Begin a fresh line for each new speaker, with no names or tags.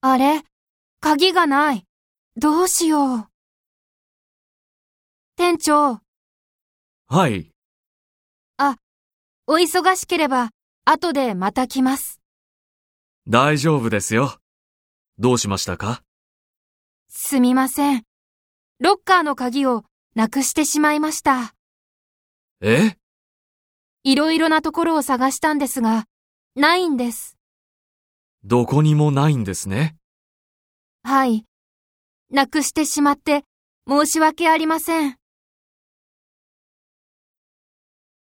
あれ鍵がない。どうしよう。店長、
はい、
お忙しければ、後でまた来ます。
大丈夫ですよ。どうしましたか
すみません。ロッカーの鍵をなくしてしまいました。
え
いろいろなところを探したんですが、ないんです。
どこにもないんですね。
はい。なくしてしまって、申し訳ありません。